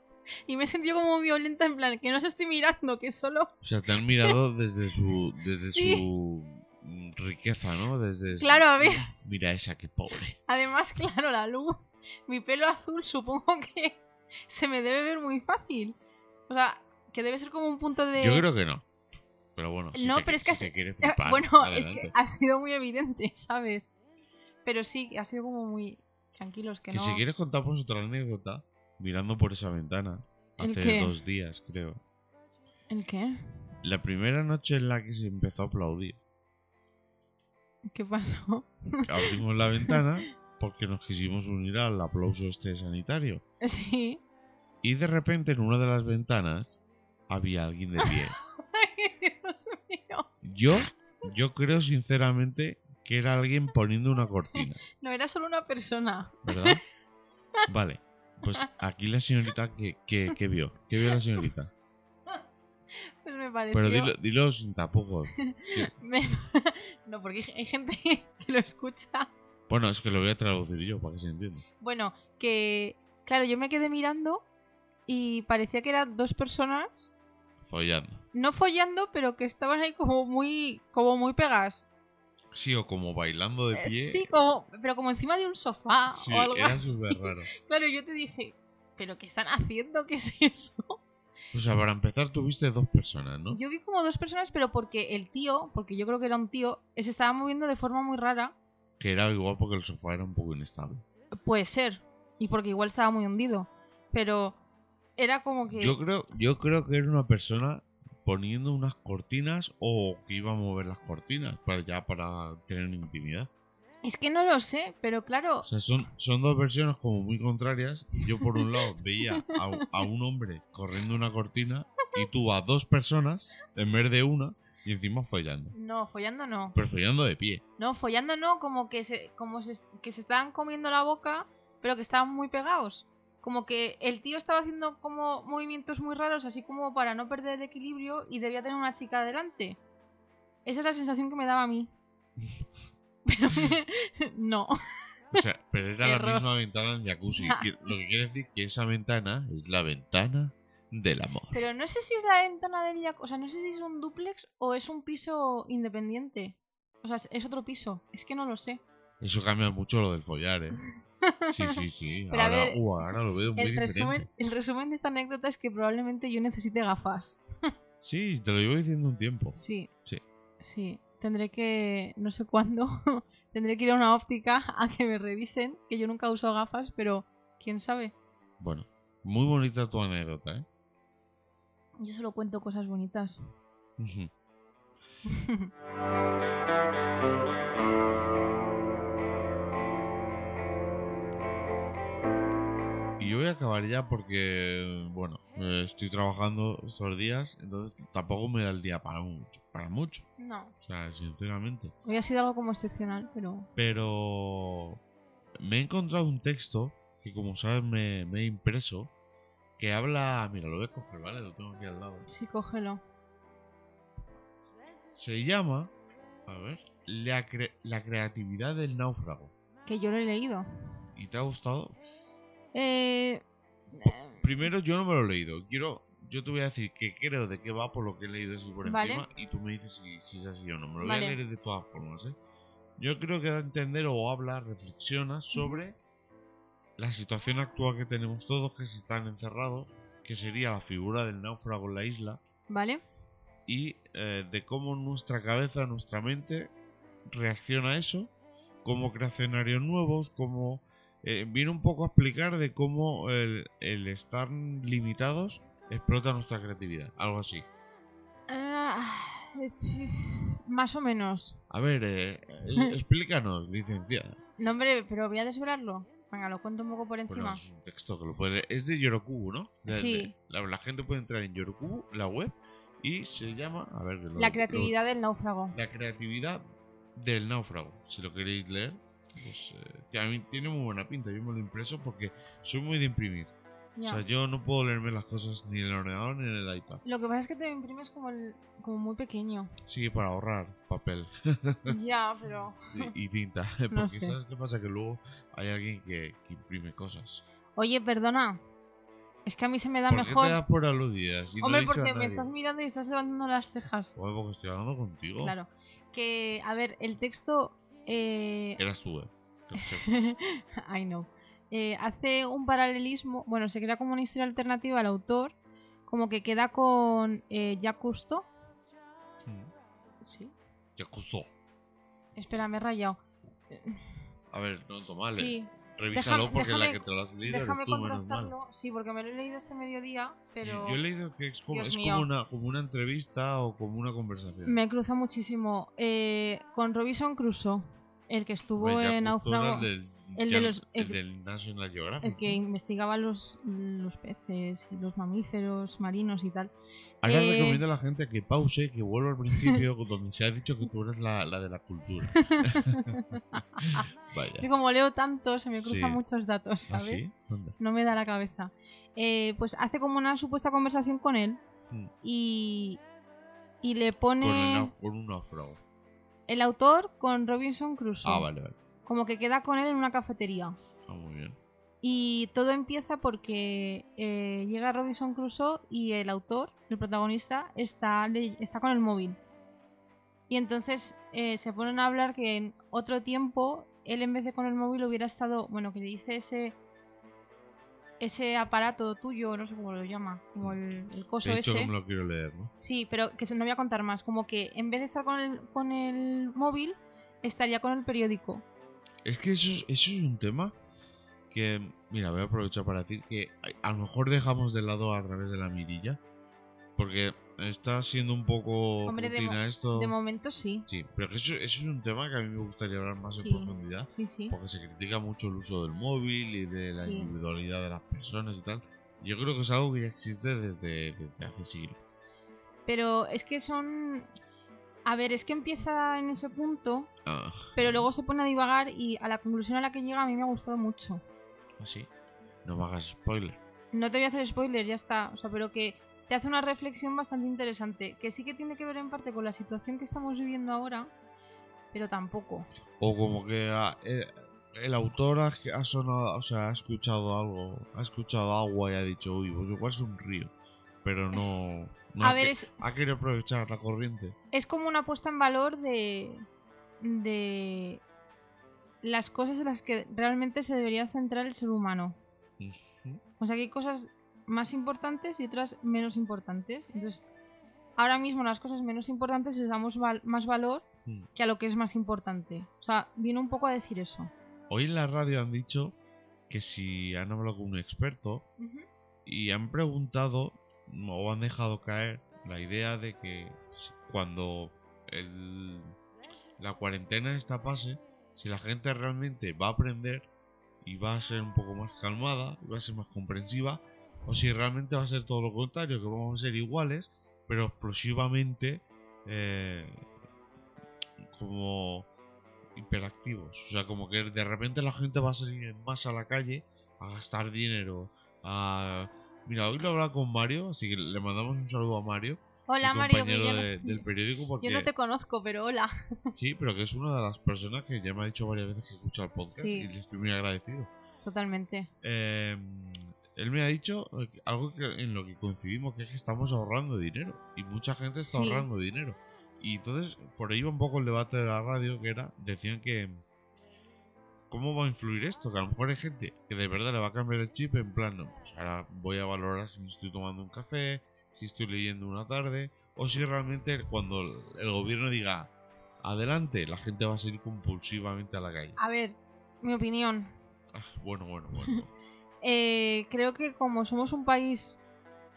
[SPEAKER 1] Y me he sentido como violenta, en plan, que no se estoy mirando, que solo.
[SPEAKER 2] O sea, te han mirado desde su. desde
[SPEAKER 1] Sí.
[SPEAKER 2] su mm, riqueza, ¿no? Desde
[SPEAKER 1] Claro, a ver.
[SPEAKER 2] Mira esa, qué pobre.
[SPEAKER 1] Además, *laughs* claro, la luz, mi pelo azul, supongo que *laughs* se me debe ver muy fácil. O sea, que debe ser como un punto de.
[SPEAKER 2] Yo creo que no. Pero bueno, si
[SPEAKER 1] No,
[SPEAKER 2] te,
[SPEAKER 1] pero es
[SPEAKER 2] si
[SPEAKER 1] que
[SPEAKER 2] te
[SPEAKER 1] así-
[SPEAKER 2] quieres
[SPEAKER 1] Eh,
[SPEAKER 2] flipar,
[SPEAKER 1] bueno, es que
[SPEAKER 2] adelante.
[SPEAKER 1] ha sido muy evidente, *laughs* ¿sabes? Pero sí, que ha sido como muy tranquilos, que,
[SPEAKER 2] Que
[SPEAKER 1] no.
[SPEAKER 2] si quieres contamos otra anécdota mirando por esa ventana.
[SPEAKER 1] ¿El
[SPEAKER 2] Hace
[SPEAKER 1] qué?
[SPEAKER 2] dos días, creo.
[SPEAKER 1] ¿El qué?
[SPEAKER 2] La primera noche en la que se empezó a aplaudir.
[SPEAKER 1] ¿Qué pasó? *laughs*
[SPEAKER 2] Abrimos la ventana porque nos quisimos unir al aplauso este sanitario.
[SPEAKER 1] Sí.
[SPEAKER 2] Y de repente en una de las ventanas había alguien de pie.
[SPEAKER 1] Ay, Dios mío.
[SPEAKER 2] Yo, yo creo sinceramente que era alguien poniendo una cortina,
[SPEAKER 1] No era solo una persona.
[SPEAKER 2] ¿verdad? Vale, pues aquí la señorita que, que, que vio, ¿qué vio la señorita?
[SPEAKER 1] Pero me pareció.
[SPEAKER 2] Pero dilo, dilo sin tapujos.
[SPEAKER 1] me- *laughs* No, porque hay- hay gente *laughs* que lo escucha.
[SPEAKER 2] Bueno, es que lo voy a traducir yo para que se entienda.
[SPEAKER 1] Bueno, que. Claro, yo me quedé mirando y parecía que eran dos personas.
[SPEAKER 2] Follando.
[SPEAKER 1] No follando, pero que estaban ahí como muy. como muy pegas.
[SPEAKER 2] Sí, o como bailando de
[SPEAKER 1] Eh,
[SPEAKER 2] pie.
[SPEAKER 1] Sí, como. Pero como encima de un sofá
[SPEAKER 2] Sí,
[SPEAKER 1] o algo
[SPEAKER 2] era
[SPEAKER 1] así.
[SPEAKER 2] súper raro.
[SPEAKER 1] Claro, yo te dije, ¿pero qué están haciendo? ¿Qué es eso?
[SPEAKER 2] O sea, Pues para empezar tuviste dos personas, ¿no?
[SPEAKER 1] Yo vi como dos personas, pero porque el tío, porque yo creo que era un tío, eh, se estaba moviendo de forma muy rara.
[SPEAKER 2] Que era igual porque el sofá era un poco inestable.
[SPEAKER 1] Puede ser. Y porque igual estaba muy hundido. Pero era como que.
[SPEAKER 2] Yo creo, yo creo que era una persona poniendo unas cortinas o que iba a mover las cortinas para ya para tener intimidad.
[SPEAKER 1] Es que no lo sé, pero claro.
[SPEAKER 2] O sea, son, son dos versiones como muy contrarias. Yo por un lado veía a, a un hombre corriendo una cortina y tú a dos personas en vez de una y encima follando.
[SPEAKER 1] No, follando no.
[SPEAKER 2] Pero follando de pie.
[SPEAKER 1] No, follando no, como que se, como se, que se estaban comiendo la boca, pero que estaban muy pegados. Como que el tío estaba haciendo como movimientos muy raros, así como para no perder el equilibrio y debía tener una chica delante. Esa es la sensación que me daba a
[SPEAKER 2] *laughs*
[SPEAKER 1] mí. Pero *laughs* no.
[SPEAKER 2] O sea, pero era la
[SPEAKER 1] Error.
[SPEAKER 2] misma ventana en jacuzzi. Y Lo que quiere decir que esa ventana es la ventana del amor.
[SPEAKER 1] Pero no sé si es la ventana del yac- o sea, no sé si es un dúplex o es un piso independiente. O sea, es- es otro piso. Es que no lo sé.
[SPEAKER 2] Eso cambia mucho lo del follar, ¿eh?
[SPEAKER 1] *laughs*
[SPEAKER 2] Sí, *laughs* sí, sí.
[SPEAKER 1] Pero a
[SPEAKER 2] ahora,
[SPEAKER 1] ver,
[SPEAKER 2] uh, ahora lo veo muy
[SPEAKER 1] El
[SPEAKER 2] diferente.
[SPEAKER 1] resumen, el resumen de esta anécdota es que probablemente yo necesite gafas.
[SPEAKER 2] Sí, te lo llevo diciendo un tiempo.
[SPEAKER 1] Sí.
[SPEAKER 2] Sí.
[SPEAKER 1] Sí. Tendré que, no sé cuándo, *laughs* tendré que ir a una óptica a que me revisen, que yo nunca uso gafas, pero quién sabe.
[SPEAKER 2] Bueno, muy bonita tu anécdota, ¿eh?
[SPEAKER 1] Yo solo cuento cosas bonitas.
[SPEAKER 2] Ujú. *laughs* Y yo voy a acabar ya porque, bueno, eh, estoy trabajando estos días, entonces tampoco me da el día para mucho, para mucho,
[SPEAKER 1] No,
[SPEAKER 2] o sea, sinceramente.
[SPEAKER 1] hoy ha sido algo como excepcional, pero
[SPEAKER 2] Pero me he encontrado un texto que, como sabes, me, me he impreso, que habla, mira, lo voy a coger, ¿vale? Lo tengo aquí al lado.
[SPEAKER 1] sí, cógelo.
[SPEAKER 2] Se llama, a ver, la, cre- la creatividad del náufrago.
[SPEAKER 1] Que yo lo he leído.
[SPEAKER 2] ¿Y te ha gustado?
[SPEAKER 1] Eh,
[SPEAKER 2] Primero, yo no me lo he leído. Quiero, yo te voy a decir que creo de qué va por lo que he leído así por
[SPEAKER 1] Vale.
[SPEAKER 2] encima y tú me dices si, si es así o no. Me lo voy
[SPEAKER 1] Vale.
[SPEAKER 2] a leer de todas formas, ¿eh? Yo creo que da a entender o habla, reflexiona sobre la situación actual que tenemos todos, que se están encerrados, que sería la figura del náufrago en la isla
[SPEAKER 1] ¿Vale?
[SPEAKER 2] y eh, de cómo nuestra cabeza, nuestra mente reacciona a eso, cómo crea escenarios nuevos, cómo eh, viene un poco a explicar de cómo el, el estar limitados explota nuestra creatividad, algo así.
[SPEAKER 1] Ah, más o menos.
[SPEAKER 2] A
[SPEAKER 1] *laughs*
[SPEAKER 2] ver, eh, eh, explícanos, licenciada.
[SPEAKER 1] No, hombre, pero voy a desvelarlo. Venga, lo cuento un poco por
[SPEAKER 2] Bueno,
[SPEAKER 1] encima.
[SPEAKER 2] es un texto que lo puede leer. Es de Yorokubu, ¿no? De- de-
[SPEAKER 1] Sí.
[SPEAKER 2] La, la gente puede entrar en Yorokubu, la web, y se llama... A ver, que lo-
[SPEAKER 1] La
[SPEAKER 2] lo-
[SPEAKER 1] creatividad del náufrago.
[SPEAKER 2] La creatividad del náufrago. Si lo queréis leer, pues eh, que a mí tiene muy buena pinta. Yo me lo he impreso porque soy muy de imprimir.
[SPEAKER 1] Ya.
[SPEAKER 2] O sea, yo no puedo leerme las cosas ni en el ordenador ni en el iPad.
[SPEAKER 1] Lo que pasa es que te imprimes como, el- como muy pequeño.
[SPEAKER 2] Sí, para ahorrar papel
[SPEAKER 1] ya, pero. *laughs*
[SPEAKER 2] sí, y tinta. *laughs* Porque
[SPEAKER 1] sé.
[SPEAKER 2] ¿sabes qué pasa? Que luego hay alguien que, que imprime cosas.
[SPEAKER 1] Oye, perdona. Es que a mí se me da
[SPEAKER 2] ¿Por
[SPEAKER 1] mejor.
[SPEAKER 2] qué te das por aludida? Si no he
[SPEAKER 1] Hombre,
[SPEAKER 2] dicho a
[SPEAKER 1] porque me
[SPEAKER 2] nadie.
[SPEAKER 1] estás mirando y estás levantando las cejas.
[SPEAKER 2] Joder, porque estoy hablando contigo.
[SPEAKER 1] Claro. Que, a ver, el texto. eh, *laughs*
[SPEAKER 2] Eras tú, eh. Que lo sepas.
[SPEAKER 1] I know. Eh, hace un paralelismo. Bueno, se crea como una historia alternativa al autor. Como que queda con eh, Jacques Cousteau. *laughs*
[SPEAKER 2] Mm.
[SPEAKER 1] Sí.
[SPEAKER 2] Ya costó.
[SPEAKER 1] Espera, me he rayado.
[SPEAKER 2] A ver, no, tomale.
[SPEAKER 1] Sí,
[SPEAKER 2] Revísalo
[SPEAKER 1] Déjame-
[SPEAKER 2] porque
[SPEAKER 1] déjame-
[SPEAKER 2] la que te lo has leído eres
[SPEAKER 1] déjame
[SPEAKER 2] tú, menos mal.
[SPEAKER 1] contrastarlo. Sí, porque me lo he leído este mediodía, pero
[SPEAKER 2] Yo he leído que es como,
[SPEAKER 1] Dios
[SPEAKER 2] es
[SPEAKER 1] mío.
[SPEAKER 2] como, una, como una entrevista o como una conversación.
[SPEAKER 1] me cruza muchísimo. Eh, con Robinson Crusoe, el que estuvo
[SPEAKER 2] Bueno, ya
[SPEAKER 1] en
[SPEAKER 2] justo era
[SPEAKER 1] Náufrago,
[SPEAKER 2] El, del,
[SPEAKER 1] el
[SPEAKER 2] ya-
[SPEAKER 1] de los-
[SPEAKER 2] el
[SPEAKER 1] el-
[SPEAKER 2] del National Geographic.
[SPEAKER 1] el que investigaba los, los peces y los mamíferos marinos y tal.
[SPEAKER 2] Ahora
[SPEAKER 1] eh,
[SPEAKER 2] recomiendo a la gente que pause, que vuelva al principio,
[SPEAKER 1] *laughs*
[SPEAKER 2] donde se ha dicho que tú eres la, la de la cultura. Vaya.
[SPEAKER 1] Así como leo tanto, se me cruzan
[SPEAKER 2] Sí.
[SPEAKER 1] muchos datos,
[SPEAKER 2] ¿Ah,
[SPEAKER 1] ¿sabes?
[SPEAKER 2] sí? Anda.
[SPEAKER 1] No me da la cabeza. Eh, pues hace como una supuesta conversación con él
[SPEAKER 2] Hmm.
[SPEAKER 1] y, y le
[SPEAKER 2] Con, el
[SPEAKER 1] pone
[SPEAKER 2] nau- con un náufrago.
[SPEAKER 1] el autor con Robinson Crusoe.
[SPEAKER 2] Ah, vale, vale.
[SPEAKER 1] Como que queda con él en una cafetería.
[SPEAKER 2] Ah, muy bien.
[SPEAKER 1] Y todo empieza porque eh, llega Robinson Crusoe y el autor, el protagonista, está, le- está con el móvil. Y entonces eh, se ponen a hablar que en otro tiempo él en vez de con el móvil hubiera estado, bueno, que le dice ese ese aparato tuyo, no sé cómo lo llama, como el, el
[SPEAKER 2] Te
[SPEAKER 1] coso
[SPEAKER 2] he dicho
[SPEAKER 1] ese.
[SPEAKER 2] que me lo quiero leer, ¿no?
[SPEAKER 1] Sí, pero que se- no voy a contar más, como que en vez de estar con el, con el móvil, estaría con el periódico.
[SPEAKER 2] Es que eso, es- eso es un tema que, mira, voy a aprovechar para decir que a a lo mejor dejamos de lado a través de la mirilla, porque está siendo un poco
[SPEAKER 1] Hombre, de
[SPEAKER 2] rutina esto.
[SPEAKER 1] De momento sí,
[SPEAKER 2] sí, pero que eso, eso es un tema que a mí me gustaría hablar más
[SPEAKER 1] Sí.
[SPEAKER 2] en profundidad,
[SPEAKER 1] sí, sí.
[SPEAKER 2] porque se critica mucho el uso del móvil y de la
[SPEAKER 1] Sí.
[SPEAKER 2] individualidad de las personas y tal. Yo creo que es algo que ya existe desde, desde hace siglos.
[SPEAKER 1] Pero es que son. A ver, es que empieza en ese punto,
[SPEAKER 2] Ah,
[SPEAKER 1] pero luego se pone a divagar y a la conclusión a la que llega a mí me ha gustado mucho.
[SPEAKER 2] así. Ah, No me hagas spoiler.
[SPEAKER 1] No te voy a hacer spoiler, ya está. O sea, pero que te hace una reflexión bastante interesante, que sí que tiene que ver en parte con la situación que estamos viviendo ahora, pero tampoco.
[SPEAKER 2] O como que ah, eh, el autor ha, ha sonado, o sea, ha escuchado algo, ha escuchado agua y ha dicho, uy, pues igual es un río. Pero no. no
[SPEAKER 1] a
[SPEAKER 2] ha,
[SPEAKER 1] ver,
[SPEAKER 2] que-
[SPEAKER 1] es,
[SPEAKER 2] ha querido aprovechar la corriente.
[SPEAKER 1] es como una puesta en valor de. de. las cosas en las que realmente se debería centrar el ser humano. O sea que hay cosas más importantes y otras menos importantes. Entonces, ahora mismo las cosas menos importantes les damos val- más valor
[SPEAKER 2] Mm.
[SPEAKER 1] que a lo que es más importante. O sea, viene un poco a decir eso.
[SPEAKER 2] Hoy en la radio han dicho que si han hablado con un experto y han preguntado o han dejado caer la idea de que si- cuando el- la cuarentena esta pase, si la gente realmente va a aprender y va a ser un poco más calmada, y va a ser más comprensiva, o si realmente va a ser todo lo contrario, que vamos a ser iguales, pero explosivamente eh, como hiperactivos. O sea, como que de repente la gente va a salir en masa a la calle a gastar dinero, a... Mira, hoy lo hablaba con Mario, así que le mandamos un saludo a Mario,
[SPEAKER 1] Hola
[SPEAKER 2] mi
[SPEAKER 1] Mario, que
[SPEAKER 2] compañero
[SPEAKER 1] yo,
[SPEAKER 2] de-
[SPEAKER 1] no,
[SPEAKER 2] del periódico, porque
[SPEAKER 1] *laughs* yo no te conozco, pero hola.
[SPEAKER 2] sí, pero que es una de las personas que ya me ha dicho varias veces que escucha el podcast
[SPEAKER 1] Sí.
[SPEAKER 2] y le estoy muy agradecido.
[SPEAKER 1] Totalmente.
[SPEAKER 2] Eh, él me ha dicho eh, algo que, en lo que coincidimos, que es que estamos ahorrando dinero. Y mucha gente está
[SPEAKER 1] Sí.
[SPEAKER 2] ahorrando dinero. Y entonces, por ahí va un poco el debate de la radio, que era, decían que... ¿Cómo va a influir esto? Que a lo mejor hay gente que de verdad le va a cambiar el chip en plan, no, pues ahora voy a valorar si me estoy tomando un café, si estoy leyendo una tarde, o si realmente cuando el gobierno diga adelante, la gente va a salir compulsivamente a la calle.
[SPEAKER 1] A ver, mi opinión.
[SPEAKER 2] Ah, bueno, bueno, bueno.
[SPEAKER 1] Eh, creo que como somos un país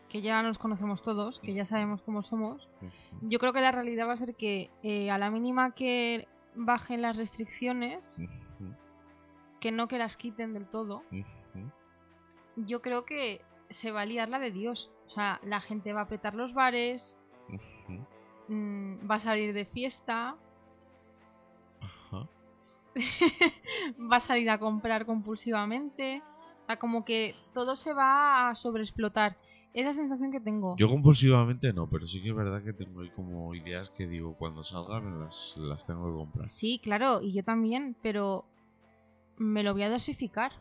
[SPEAKER 1] que ya nos conocemos todos, que ya sabemos cómo somos, yo creo que la realidad va a ser que eh, a la mínima que bajen las restricciones, que no que las quiten del todo, yo creo que se va a liar la de Dios. O sea, la gente va a petar los bares, mm, va a salir de fiesta, *laughs*
[SPEAKER 2] Ajá.
[SPEAKER 1] va a salir a comprar compulsivamente. sea, como que todo se va a sobreexplotar. Es la sensación que tengo.
[SPEAKER 2] Yo compulsivamente no, pero sí que es verdad que tengo ahí como ideas que digo, cuando salga me las, las tengo que comprar.
[SPEAKER 1] Sí, claro, y yo también, pero me lo voy a dosificar.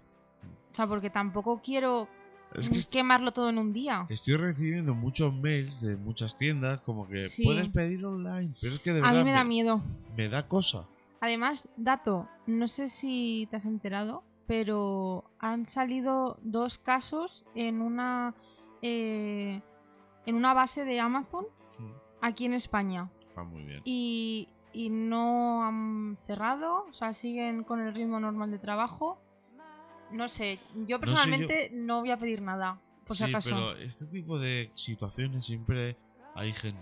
[SPEAKER 1] O sea, porque tampoco quiero
[SPEAKER 2] Es
[SPEAKER 1] Mm.
[SPEAKER 2] que
[SPEAKER 1] quemarlo todo en un día.
[SPEAKER 2] estoy recibiendo muchos mails de muchas tiendas como que
[SPEAKER 1] Sí.
[SPEAKER 2] puedes pedir online, pero es que de
[SPEAKER 1] A
[SPEAKER 2] verdad
[SPEAKER 1] mí me da miedo.
[SPEAKER 2] me da cosa.
[SPEAKER 1] Además, dato, no sé si te has enterado, pero han salido dos casos en una eh, en una base de Amazon
[SPEAKER 2] Mm.
[SPEAKER 1] aquí en España
[SPEAKER 2] Va Ah, muy bien.
[SPEAKER 1] y, y no han cerrado, o sea, siguen con el ritmo normal de trabajo. No sé, yo
[SPEAKER 2] No sé, yo-
[SPEAKER 1] personalmente no, voy a pedir nada, por si
[SPEAKER 2] sí,
[SPEAKER 1] acaso.
[SPEAKER 2] pero este tipo de situaciones siempre hay gente.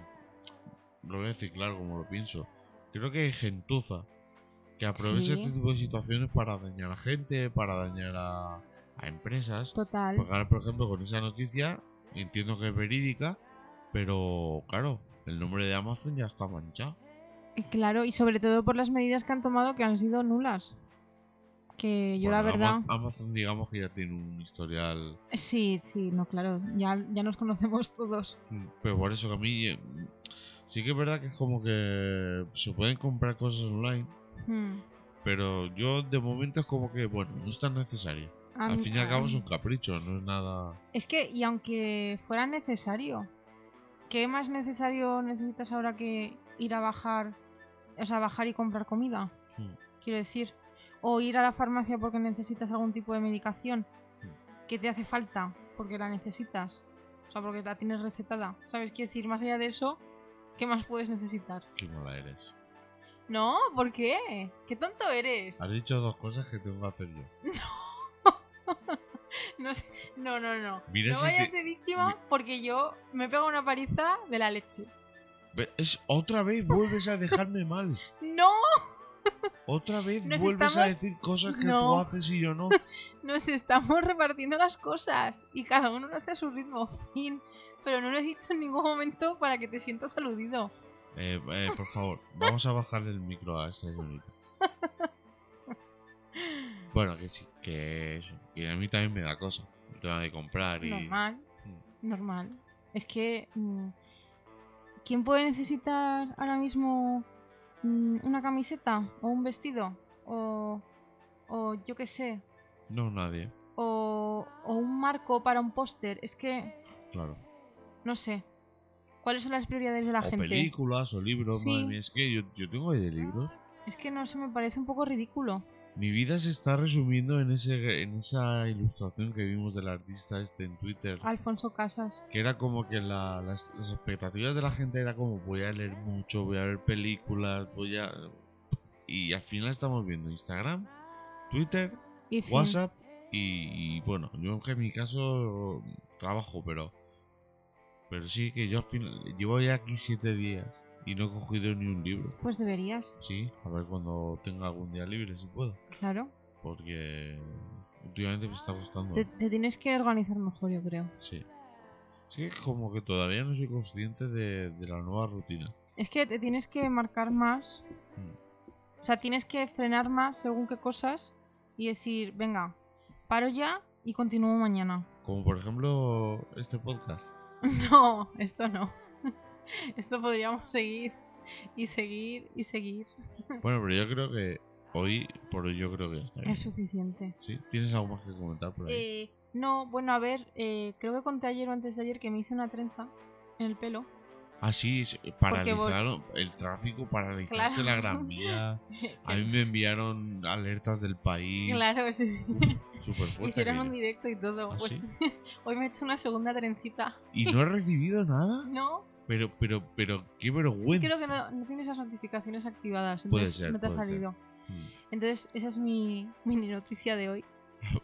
[SPEAKER 2] Lo voy a decir claro como lo pienso. Creo que hay gentuza que aprovecha
[SPEAKER 1] Sí.
[SPEAKER 2] este tipo de situaciones para dañar a gente, para dañar a, a empresas.
[SPEAKER 1] Total.
[SPEAKER 2] Porque ahora, por ejemplo, con esa noticia, entiendo que es verídica, pero claro, el nombre de Amazon ya está manchado.
[SPEAKER 1] Y Claro, y sobre todo por las medidas que han tomado que han sido nulas. Que yo la
[SPEAKER 2] Bueno,
[SPEAKER 1] verdad...
[SPEAKER 2] Ama- Amazon, digamos que ya tiene un historial.
[SPEAKER 1] Sí, sí, no, claro, ya, ya nos conocemos todos.
[SPEAKER 2] Pero por eso que a mí. eh, Sí que es verdad que es como que se pueden comprar cosas online.
[SPEAKER 1] Hmm.
[SPEAKER 2] Pero yo de momento es como que, bueno, no es tan necesario.
[SPEAKER 1] A
[SPEAKER 2] Al
[SPEAKER 1] mí-
[SPEAKER 2] fin y al
[SPEAKER 1] a
[SPEAKER 2] cabo
[SPEAKER 1] mí-
[SPEAKER 2] es un capricho, no es nada...
[SPEAKER 1] Es que, y aunque fuera necesario, ¿qué más necesario necesitas ahora que ir a bajar, o sea, bajar y comprar comida?
[SPEAKER 2] Hmm.
[SPEAKER 1] Quiero decir, o ir a la farmacia porque necesitas algún tipo de medicación
[SPEAKER 2] Hmm.
[SPEAKER 1] que te hace falta porque la necesitas, o sea, porque la tienes recetada. ¿Sabes? Quiero decir, más allá de eso, ¿qué más puedes necesitar?
[SPEAKER 2] Qué mala eres.
[SPEAKER 1] No, ¿por qué? ¿Qué tonto eres?
[SPEAKER 2] Has dicho dos cosas que tengo que hacer yo.
[SPEAKER 1] *laughs* No, sé- no, no, no.
[SPEAKER 2] Mira
[SPEAKER 1] no
[SPEAKER 2] si
[SPEAKER 1] vayas
[SPEAKER 2] te-
[SPEAKER 1] de víctima porque yo me pego una paliza de la leche.
[SPEAKER 2] Ve- Es otra vez vuelves
[SPEAKER 1] *laughs*
[SPEAKER 2] a dejarme mal.
[SPEAKER 1] No,
[SPEAKER 2] Otra vez
[SPEAKER 1] Nos
[SPEAKER 2] vuelves a
[SPEAKER 1] estamos-
[SPEAKER 2] decir cosas que tú
[SPEAKER 1] No.
[SPEAKER 2] haces y
[SPEAKER 1] *laughs*
[SPEAKER 2] yo no.
[SPEAKER 1] nos estamos repartiendo las cosas y cada uno lo hace a su ritmo. Fin. Pero no lo he dicho en ningún momento para que te sientas aludido.
[SPEAKER 2] Eh, eh, por favor, vamos a bajarle el micro a esta
[SPEAKER 1] *laughs*
[SPEAKER 2] señorita. Bueno, que sí, que eso. Y a mí también me da cosa. El tema de comprar y...
[SPEAKER 1] Normal, normal. Es que... mm, ¿Quién puede necesitar ahora mismo mm, una camiseta o un vestido? O, o yo qué sé.
[SPEAKER 2] No, nadie,
[SPEAKER 1] O, o un marco para un póster. Es que...
[SPEAKER 2] claro.
[SPEAKER 1] no sé. ¿Cuáles son las prioridades de la
[SPEAKER 2] o
[SPEAKER 1] gente?
[SPEAKER 2] películas o libros,
[SPEAKER 1] Sí.
[SPEAKER 2] madre mía, Es que yo, yo tengo ahí de libros.
[SPEAKER 1] Es que no se me parece un poco ridículo.
[SPEAKER 2] Mi vida se está resumiendo en, ese, en esa ilustración que vimos del artista este en Twitter.
[SPEAKER 1] Alfonso Casas.
[SPEAKER 2] Que era como que la- las, las expectativas de la gente era como voy a leer mucho, voy a ver películas, voy a... Y al final estamos viendo Instagram, Twitter,
[SPEAKER 1] Y fin.
[SPEAKER 2] WhatsApp y, y bueno, yo que en mi caso trabajo, pero... Pero sí que yo al final... Llevo ya aquí siete días y no he cogido ni un libro.
[SPEAKER 1] Pues deberías,
[SPEAKER 2] Sí, a ver cuando tenga algún día libre, si puedo.
[SPEAKER 1] claro.
[SPEAKER 2] Porque últimamente me está gustando.
[SPEAKER 1] Te, te tienes que organizar mejor, yo creo.
[SPEAKER 2] Sí. Sí, como que todavía no soy consciente de, de la nueva rutina.
[SPEAKER 1] Es que te tienes que marcar más.
[SPEAKER 2] Mm.
[SPEAKER 1] O sea, tienes que frenar más según qué cosas y decir, venga, paro ya y continúo mañana. *laughs*
[SPEAKER 2] Como por ejemplo este podcast.
[SPEAKER 1] No, esto no. *laughs* Esto podríamos seguir y seguir y seguir.
[SPEAKER 2] Bueno, pero yo creo que hoy, por hoy yo creo que ya está bien.
[SPEAKER 1] Es suficiente.
[SPEAKER 2] ¿Sí? ¿Tienes algo más que comentar Eh. por ahí?
[SPEAKER 1] Eh, no, bueno, a ver, eh, creo que conté ayer o antes de ayer que me hice una trenza en el pelo.
[SPEAKER 2] ah, sí, se- paralizaron el tráfico, paralizaste
[SPEAKER 1] Claro.
[SPEAKER 2] la Gran
[SPEAKER 1] *laughs*
[SPEAKER 2] Vía. A mí me enviaron alertas del país.
[SPEAKER 1] claro, sí. *laughs*
[SPEAKER 2] Súper fuerte.
[SPEAKER 1] Hicieron
[SPEAKER 2] aquello.
[SPEAKER 1] un directo y todo.
[SPEAKER 2] ¿Ah,
[SPEAKER 1] pues
[SPEAKER 2] sí?
[SPEAKER 1] *laughs* hoy me he hecho una segunda trencita. *laughs*
[SPEAKER 2] Y no he recibido nada.
[SPEAKER 1] No,
[SPEAKER 2] Pero, pero, pero, qué vergüenza.
[SPEAKER 1] creo que no, no tienes las notificaciones activadas. Entonces
[SPEAKER 2] Puede ser,
[SPEAKER 1] no te ha
[SPEAKER 2] puede ser.
[SPEAKER 1] salido.
[SPEAKER 2] Mm.
[SPEAKER 1] Entonces, esa es mi mini noticia de hoy.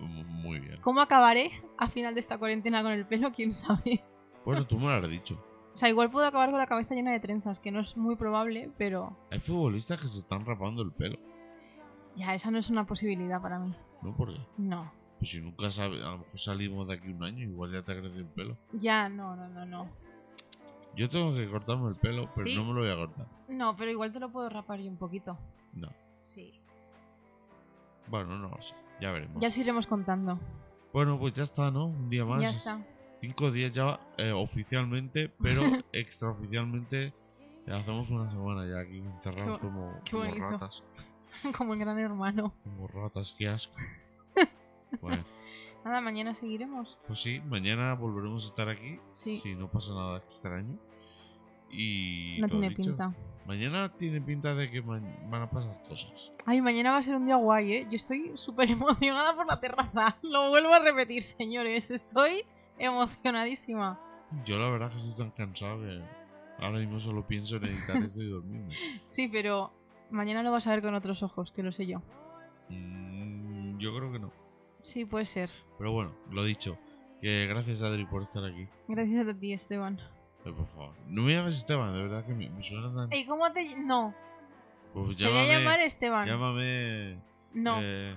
[SPEAKER 2] Mm, *laughs* Muy bien.
[SPEAKER 1] ¿Cómo acabaré a final de esta cuarentena con el pelo? ¿Quién sabe? *laughs*
[SPEAKER 2] Bueno, tú me lo has dicho.
[SPEAKER 1] O sea, igual puedo acabar con la cabeza llena de trenzas, que no es muy probable, pero
[SPEAKER 2] Hay futbolistas que se están rapando el pelo,
[SPEAKER 1] ya esa no es una posibilidad para mí.
[SPEAKER 2] ¿no? Porque
[SPEAKER 1] No.
[SPEAKER 2] pues si nunca sabes, a lo mejor salimos de aquí un año, igual ya te ha crecido el pelo.
[SPEAKER 1] Ya, no, no, no, no.
[SPEAKER 2] Yo tengo que cortarme el pelo, pero
[SPEAKER 1] ¿Sí?
[SPEAKER 2] no me lo voy a cortar.
[SPEAKER 1] No, pero igual te lo puedo rapar yo un poquito.
[SPEAKER 2] No.
[SPEAKER 1] Sí.
[SPEAKER 2] Bueno, no lo sé. Ya veremos.
[SPEAKER 1] Ya os iremos contando.
[SPEAKER 2] Bueno, pues ya está, ¿no? Un día más.
[SPEAKER 1] Ya está. *laughs*
[SPEAKER 2] Cinco días ya eh, oficialmente, pero extraoficialmente ya hacemos una semana ya aquí encerrados
[SPEAKER 1] Qué bo-
[SPEAKER 2] como,
[SPEAKER 1] qué
[SPEAKER 2] como
[SPEAKER 1] bonito.
[SPEAKER 2] ratas.
[SPEAKER 1] Como el gran hermano.
[SPEAKER 2] Como ratas, qué
[SPEAKER 1] *laughs*
[SPEAKER 2] asco. bueno,
[SPEAKER 1] Nada, mañana seguiremos.
[SPEAKER 2] pues sí, mañana volveremos a estar aquí
[SPEAKER 1] Sí.
[SPEAKER 2] si no pasa nada extraño. Y
[SPEAKER 1] no
[SPEAKER 2] lo
[SPEAKER 1] tiene
[SPEAKER 2] dicho,
[SPEAKER 1] pinta.
[SPEAKER 2] Mañana tiene pinta de que ma- van a pasar cosas.
[SPEAKER 1] Ay, mañana va a ser un día guay, ¿eh? Yo estoy súper *laughs* emocionada por la terraza. *laughs* Lo vuelvo a repetir, señores. Estoy emocionadísima.
[SPEAKER 2] Yo la verdad que estoy tan cansado que ahora mismo solo pienso en editar esto y dormirme.
[SPEAKER 1] *laughs* Sí, pero mañana lo vas a ver con otros ojos, que lo sé yo.
[SPEAKER 2] Mm, yo creo que no.
[SPEAKER 1] Sí, puede ser.
[SPEAKER 2] Pero bueno, lo dicho. Que gracias Adri por estar aquí.
[SPEAKER 1] Gracias a ti, Esteban.
[SPEAKER 2] Pero, por favor. No me llames Esteban, de verdad que me, me suena tan...
[SPEAKER 1] ¿Y cómo te.? No,
[SPEAKER 2] Pues
[SPEAKER 1] te voy a llamar Esteban.
[SPEAKER 2] Llámame...
[SPEAKER 1] no,
[SPEAKER 2] eh,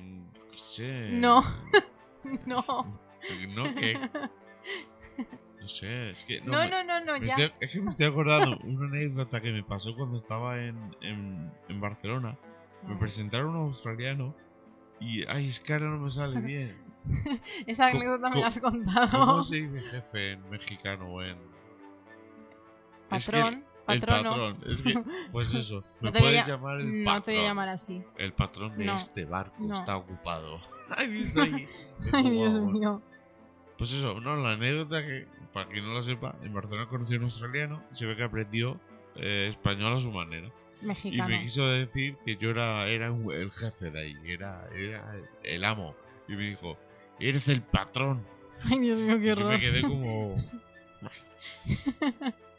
[SPEAKER 2] mm, yo qué sé.
[SPEAKER 1] No. *laughs* no.
[SPEAKER 2] No, ¿qué? No sé,
[SPEAKER 1] *laughs*
[SPEAKER 2] es que...
[SPEAKER 1] No,
[SPEAKER 2] me-
[SPEAKER 1] no, no, no,
[SPEAKER 2] me
[SPEAKER 1] ya.
[SPEAKER 2] estoy- es que me estoy acordando *laughs* una anécdota que me pasó cuando estaba en, en, en Barcelona. Me
[SPEAKER 1] No.
[SPEAKER 2] presentaron a un australiano y... Ay, es que ahora no
[SPEAKER 1] *laughs*
[SPEAKER 2] me sale bien.
[SPEAKER 1] Esa
[SPEAKER 2] co-
[SPEAKER 1] anécdota me
[SPEAKER 2] co-
[SPEAKER 1] la has contado.
[SPEAKER 2] ¿Cómo se dice jefe en mexicano o en...? Es que
[SPEAKER 1] Patrón,
[SPEAKER 2] El
[SPEAKER 1] patrono.
[SPEAKER 2] patrón. Es que,
[SPEAKER 1] *laughs*
[SPEAKER 2] pues eso. Me
[SPEAKER 1] No te voy
[SPEAKER 2] puedes
[SPEAKER 1] a-
[SPEAKER 2] llamar el patrón.
[SPEAKER 1] No te voy a llamar así.
[SPEAKER 2] El patrón de
[SPEAKER 1] No.
[SPEAKER 2] este barco
[SPEAKER 1] No.
[SPEAKER 2] está ocupado. *laughs*
[SPEAKER 1] *laughs*
[SPEAKER 2] ¿Has visto ahí?
[SPEAKER 1] Ay, Dios
[SPEAKER 2] Guau, bueno.
[SPEAKER 1] mío.
[SPEAKER 2] Pues eso, no, la anécdota que, para quien no la sepa, en Barcelona conocí a un australiano y se ve que aprendió eh, español a su manera. Y
[SPEAKER 1] Mexicano.
[SPEAKER 2] me quiso decir que yo era, era un- el jefe de ahí, era, era el- el amo. Y me dijo, eres el patrón.
[SPEAKER 1] Ay, Dios mío, qué
[SPEAKER 2] Y yo me
[SPEAKER 1] horror. *laughs*
[SPEAKER 2] quedé como...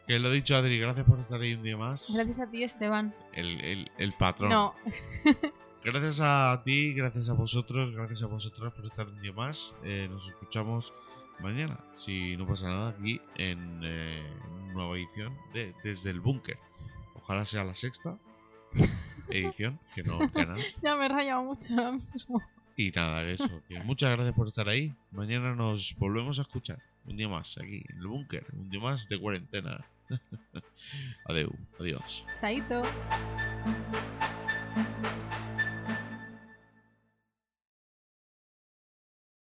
[SPEAKER 2] que lo dicho, Adri, gracias por estar ahí un día más.
[SPEAKER 1] Gracias a ti, Esteban.
[SPEAKER 2] El, el, el patrón.
[SPEAKER 1] No, *laughs*
[SPEAKER 2] Gracias a ti, gracias a vosotros, gracias a vosotras por estar un día más. Eh, nos escuchamos mañana, si no pasa nada, aquí en eh, una nueva edición de Desde el Búnker. Ojalá sea la sexta
[SPEAKER 1] *laughs*
[SPEAKER 2] edición, que no canal.
[SPEAKER 1] ya me he rayado mucho ahora mismo.
[SPEAKER 2] Y nada, eso. que muchas gracias por estar ahí. Mañana nos volvemos a escuchar. Un día más aquí, en el Búnker. *laughs* Un día más de cuarentena. Adeu, adiós.
[SPEAKER 1] Chaito.